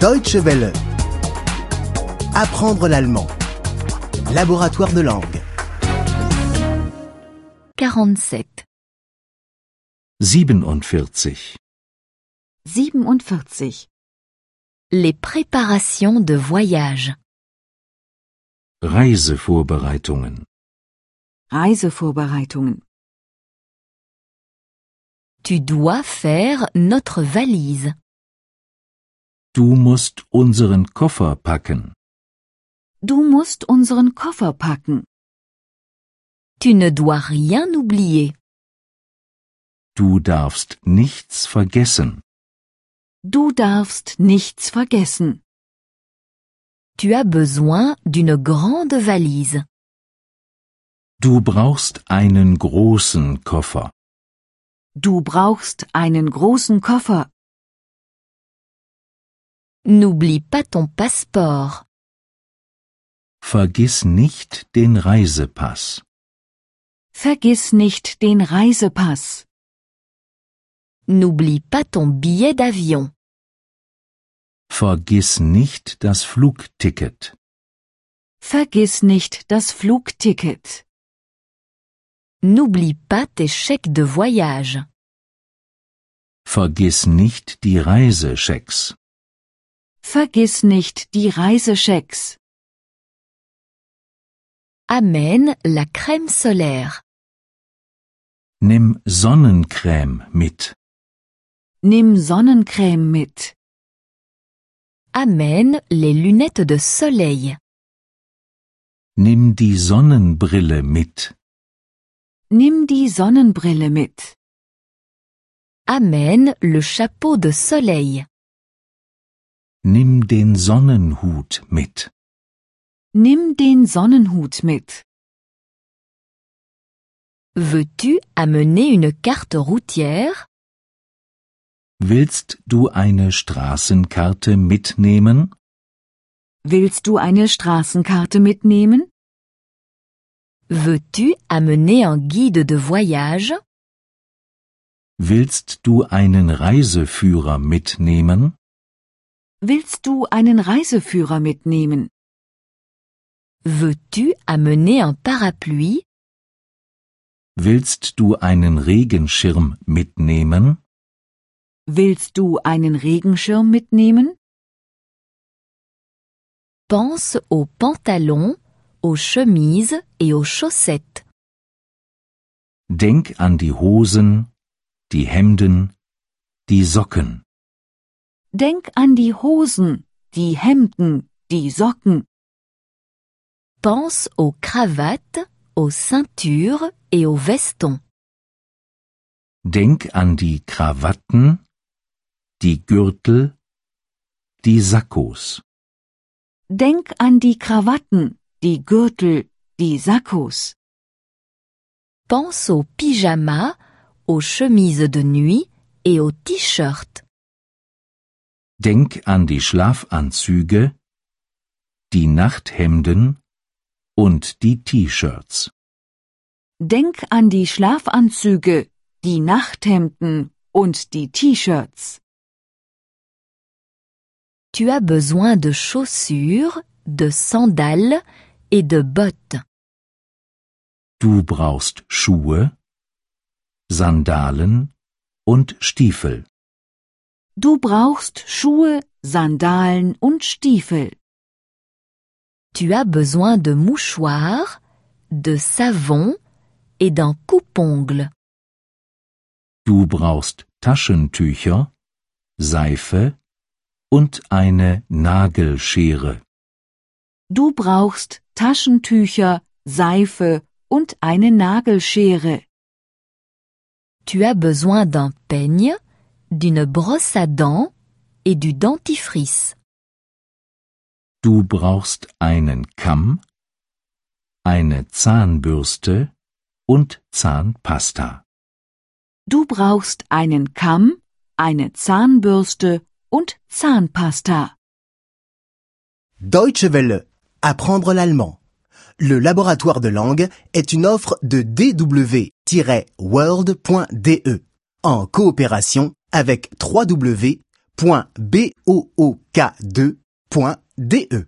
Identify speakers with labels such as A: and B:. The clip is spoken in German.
A: Deutsche Welle. Apprendre l'allemand. Laboratoire de langue.
B: 47.
C: 47.
D: 47.
B: Les préparations de voyage.
C: Reisevorbereitungen.
D: Reisevorbereitungen.
B: Tu dois faire notre valise.
C: Du musst unseren Koffer packen.
D: Du musst unseren Koffer packen.
B: Tu ne dois rien oublier.
C: Du darfst nichts vergessen.
D: Du darfst nichts vergessen.
B: Tu as besoin d'une grande valise.
C: Du brauchst einen großen Koffer.
D: Du brauchst einen großen Koffer.
B: N'oublie pas ton passeport.
C: Vergiss nicht den Reisepass.
D: Vergiss nicht den Reisepass.
B: N'oublie pas ton billet d'avion.
C: Vergiss nicht das Flugticket.
D: Vergiss nicht das Flugticket.
B: N'oublie pas tes chèques de voyage.
C: Vergiss nicht die Reisechecks.
D: Vergiss nicht die Reisechecks.
B: Amène la crème solaire.
C: Nimm Sonnencreme mit.
D: Nimm Sonnencreme mit.
B: Amène les lunettes de soleil.
C: Nimm die Sonnenbrille mit.
D: Nimm die Sonnenbrille mit.
B: Amène le chapeau de soleil.
C: Nimm den Sonnenhut mit.
D: Nimm den Sonnenhut mit.
B: Veux-tu amener une carte routière
C: Willst du eine Straßenkarte mitnehmen?
D: Willst du eine Straßenkarte mitnehmen?
B: Veux-tu amener un guide de voyage
C: Willst du einen Reiseführer mitnehmen?
D: Willst du einen Reiseführer mitnehmen?
B: Veux-tu amener un parapluie
C: Willst du einen Regenschirm mitnehmen?
D: Willst du einen Regenschirm mitnehmen?
B: Pense aux pantalons, aux chemises et aux chaussettes.
C: Denk an die Hosen, die Hemden, die Socken.
D: Denk an die Hosen, die Hemden, die Socken.
B: Pense aux cravates, aux ceintures et aux vestons.
C: Denk an die Krawatten, die Gürtel, die Sakkos.
D: Denk an die Krawatten, die Gürtel, die Sakkos.
B: Pense aux pyjamas, aux chemises de nuit et aux t-shirts.
C: Denk an die Schlafanzüge, die Nachthemden und die T-Shirts.
D: Denk an die Schlafanzüge, die Nachthemden und die T-Shirts.
B: Tu as besoin de chaussures, de sandales et de bottes.
C: Du brauchst Schuhe, Sandalen und Stiefel.
D: Du brauchst Schuhe, Sandalen und Stiefel.
B: Tu as besoin de mouchoirs, de savon et d'un coupe-ongle.
C: Du brauchst Taschentücher, Seife und eine Nagelschere.
D: Du brauchst Taschentücher, Seife und eine Nagelschere.
B: Tu as besoin d'un peigne, d'une brosse à dents et du dentifrice.
C: Du brauchst einen Kamm, eine Zahnbürste und Zahnpasta.
D: Du brauchst einen Kamm, eine Zahnbürste und Zahnpasta.
A: Deutsche Welle. Apprendre l'allemand. Le laboratoire de langue est une offre de E dw-world.de en coopération avec www.radiovalérie.com. www.book2.de